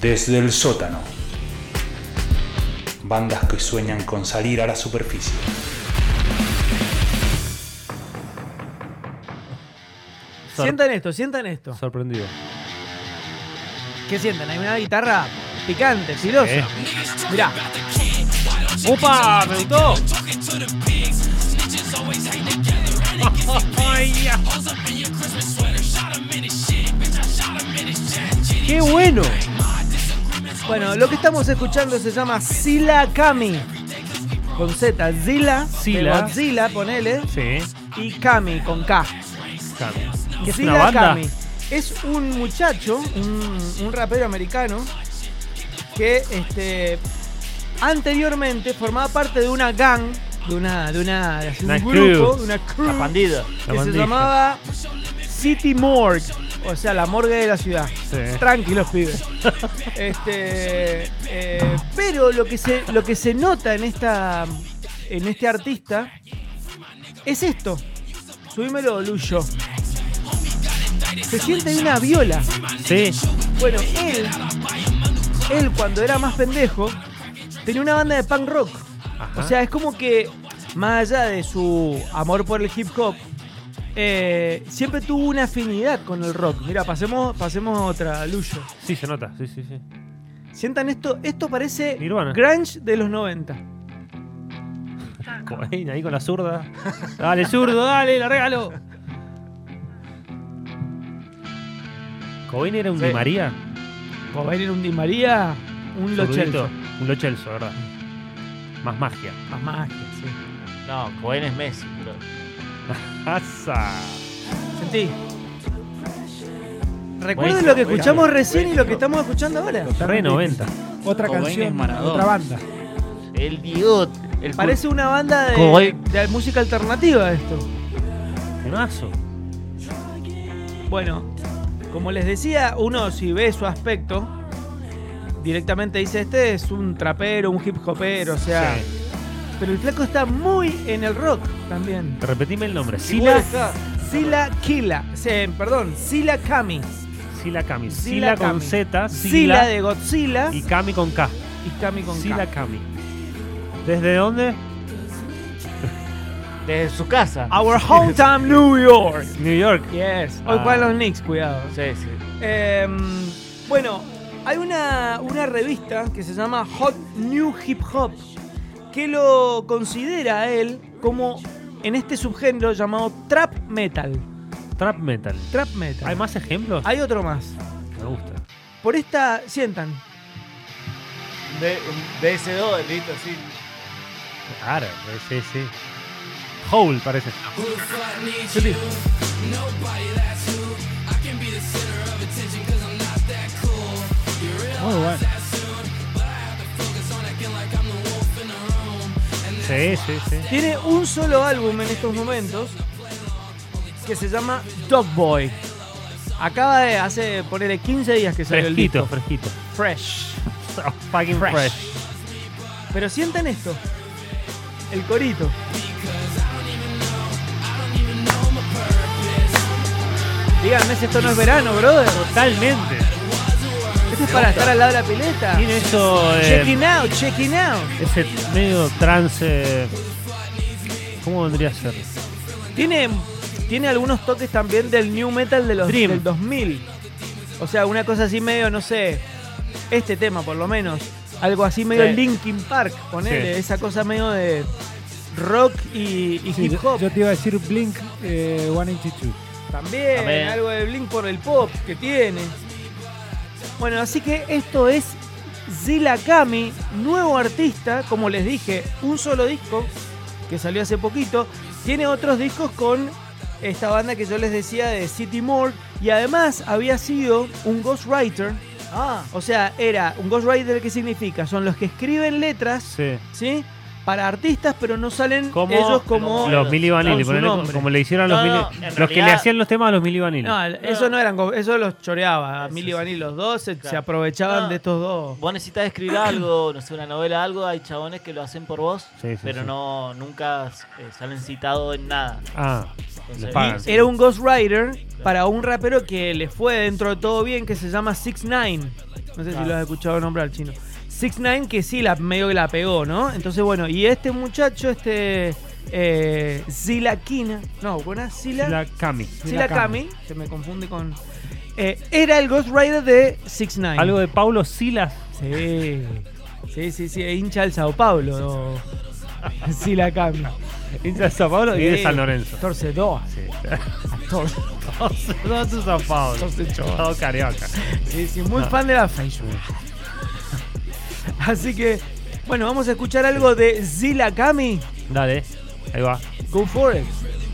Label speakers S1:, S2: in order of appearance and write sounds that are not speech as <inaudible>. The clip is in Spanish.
S1: Desde el sótano. Bandas que sueñan con salir a la superficie.
S2: Sor-
S3: Sientan esto, sientan esto.
S2: Sorprendido.
S3: ¿Qué sientan? Hay una guitarra picante, filosa.
S2: ¿Eh?
S3: Mirá.
S2: ¡Upa! ¡Me gustó!
S3: ¡Qué bueno! Bueno, lo que estamos escuchando se llama Sila Kami. Con Z, Zila,
S2: Sila.
S3: Zila, ponele,
S2: Sí.
S3: y Kami, con K.
S2: Cami.
S3: Que
S2: ¿Es
S3: Sila
S2: una banda?
S3: Kami es un muchacho, un, un rapero americano, que este, anteriormente formaba parte de una gang, de una, de una, de un
S2: Una
S3: grupo,
S2: crew.
S3: de una crew,
S4: La pandida.
S2: La
S3: que se
S2: bandija.
S3: llamaba City Morgue, o sea, la morgue de la ciudad.
S2: Sí.
S3: Tranquilos, pibes. Este, eh, pero lo que, se, lo que se nota en, esta, en este artista es esto. Subímelo, Luyo. Se siente una viola.
S2: Sí.
S3: Bueno, él, él cuando era más pendejo, tenía una banda de punk rock.
S2: Ajá.
S3: O sea, es como que, más allá de su amor por el hip hop, eh, siempre tuvo una afinidad con el rock. Mira, pasemos, pasemos a otra, Luyo.
S2: Sí, se nota. Sí, sí, sí.
S3: Sientan esto, esto parece
S2: Nirvana.
S3: grunge de los 90.
S2: Cobain ahí con la zurda. <laughs> Dale, zurdo, dale, largalo. Cobain era un
S4: Sí.
S2: Di María.
S3: Cobain era un Di María, un
S2: Zurdito.
S3: Lochelso.
S2: Un Lochelso, ¿verdad? Más magia.
S3: Más magia, sí.
S4: No, Cohen es Messi, bro.
S2: ¡Asa!
S3: Sentí. Recuerden
S4: Buenísimo,
S3: lo que
S4: buenísimo.
S3: escuchamos recién y lo que
S4: Buenísimo.
S3: estamos escuchando ahora.
S2: Re 90.
S5: Otra
S4: Cobain es
S5: canción,
S4: Maradona.
S5: otra banda.
S4: El diot. El
S3: Parece una banda de,
S4: Cobain.
S3: de música alternativa esto.
S2: Temazo.
S3: Bueno, como les decía, uno si ve su aspecto, directamente dice, este es un trapero, un hip hopero, o sea...
S2: Sí.
S3: Pero el flaco está muy en el rock también.
S2: Repetime el nombre.
S4: Igual
S2: Sila,
S4: está.
S3: Sila Kila, se- perdón, Sila Kami.
S2: Sila Kami.
S3: Sila
S2: Sila con
S3: Kami.
S2: Z,
S3: Sila
S2: Sila
S3: de Godzilla
S2: y
S3: y,
S2: Kami con K.
S3: Kami con K.
S2: Sila Kami. ¿Desde dónde?
S4: Desde su casa.
S3: Our hometown New York.
S2: New York.
S3: Yes. Hoy
S2: Ah.
S3: juegan los Knicks, cuidado.
S4: Sí, sí.
S3: Em, bueno, hay una, una revista que se llama Hot New Hip Hop que lo considera a él como en este subgénero llamado Trap Metal.
S2: Trap Metal.
S3: Trap
S2: ¿Hay
S3: Metal.
S2: más ejemplos?
S3: Hay otro más.
S2: Me gusta.
S3: Por esta, sientan.
S4: De, de ese dos, listo, sí.
S2: Claro, sí, sí. Hole parece.
S3: Sentí.
S5: Muy bueno.
S2: Sí, sí, sí.
S3: Tiene un solo álbum en estos momentos que se llama Dog Boy. Acaba de hace ponerle 15 días que salió
S2: Fresquito,
S3: el disco.
S2: fresquito.
S3: Fresh.
S2: So fucking fresh.
S3: Pero sientan esto. El corito. Díganme si esto no es verano, brother.
S2: Totalmente.
S3: Esto es para estar al lado de la pileta.
S2: Tiene eso de.
S3: Checking out, checking out.
S2: Ese medio trance. ¿Cómo vendría a ser?
S3: Tiene, tiene algunos toques también del new metal de los,
S2: Dream.
S3: del 2000. O sea, una cosa así medio, no sé, este tema por lo menos. Algo así medio
S4: Sí.
S3: Linkin Park, ponele.
S2: Sí.
S3: Esa cosa medio de rock y, y
S5: Sí,
S3: hip
S5: yo,
S3: hop.
S5: yo te iba a decir Blink eh, 182.
S3: También,
S4: También.
S3: algo de Blink por el pop que tiene. Bueno, así que esto es Zila Kami, nuevo artista, como les dije, un solo disco que salió hace poquito. Tiene otros discos con esta banda que yo les decía de City Morgue y además había sido un ghostwriter.
S4: Ah,
S3: O sea, era un ghostwriter que significa, son los que escriben letras,
S2: Sí.
S3: ¿sí? Para artistas, pero no salen
S2: Como
S3: ellos como...
S2: Los Milli Vanilli,
S3: su
S2: ponele como-
S3: nombre.
S2: como le hicieron a los
S4: No, no,
S2: Milli-
S4: en
S2: Los que
S4: realidad-
S2: le hacían los temas a los Milli Vanilli.
S3: No, eso no eran, go- eso los choreaba. A Milly
S4: sí.
S3: Vanilli los dos se,
S4: Claro. Ah.
S3: se aprovechaban
S4: No.
S3: de estos dos.
S4: vos necesitas escribir algo, no sé, una novela, algo, hay chabones que lo hacen por vos,
S2: Sí, sí,
S4: pero
S2: sí.
S4: no, nunca eh, salen citados en nada.
S2: Ah,
S4: Entonces,
S2: Les pagan.
S3: Era un Ghost Rider para un rapero que le fue dentro de todo bien que se llama Six Nine. No sé
S4: Claro.
S3: si
S2: Ah.
S3: lo has escuchado nombrar, chino. 6 9 que sí, la, medio que la pegó, ¿no? Entonces, bueno, y este muchacho, este. Eh, Zilaquina. No, buena Zila.
S2: La Cami.
S3: Zila Kami, se me confunde con. eh, era el Ghost Rider de 6 9
S2: Algo de Paulo Silas.
S3: Sí. Sí, sí, sí, es hincha del Sao Paulo. Sí, la cambia.
S2: hincha de San Pablo y de
S3: Sí.
S2: San <laughs> Lorenzo.
S3: Torcedor.
S2: Sí.
S3: Torce.
S2: Todos de San Pablo. Todo carioca.
S3: Sí, sí, muy fan de la Facebook. Así que, bueno, vamos a escuchar algo de Zila Kami.
S2: Dale, ahí va.
S3: Go for it.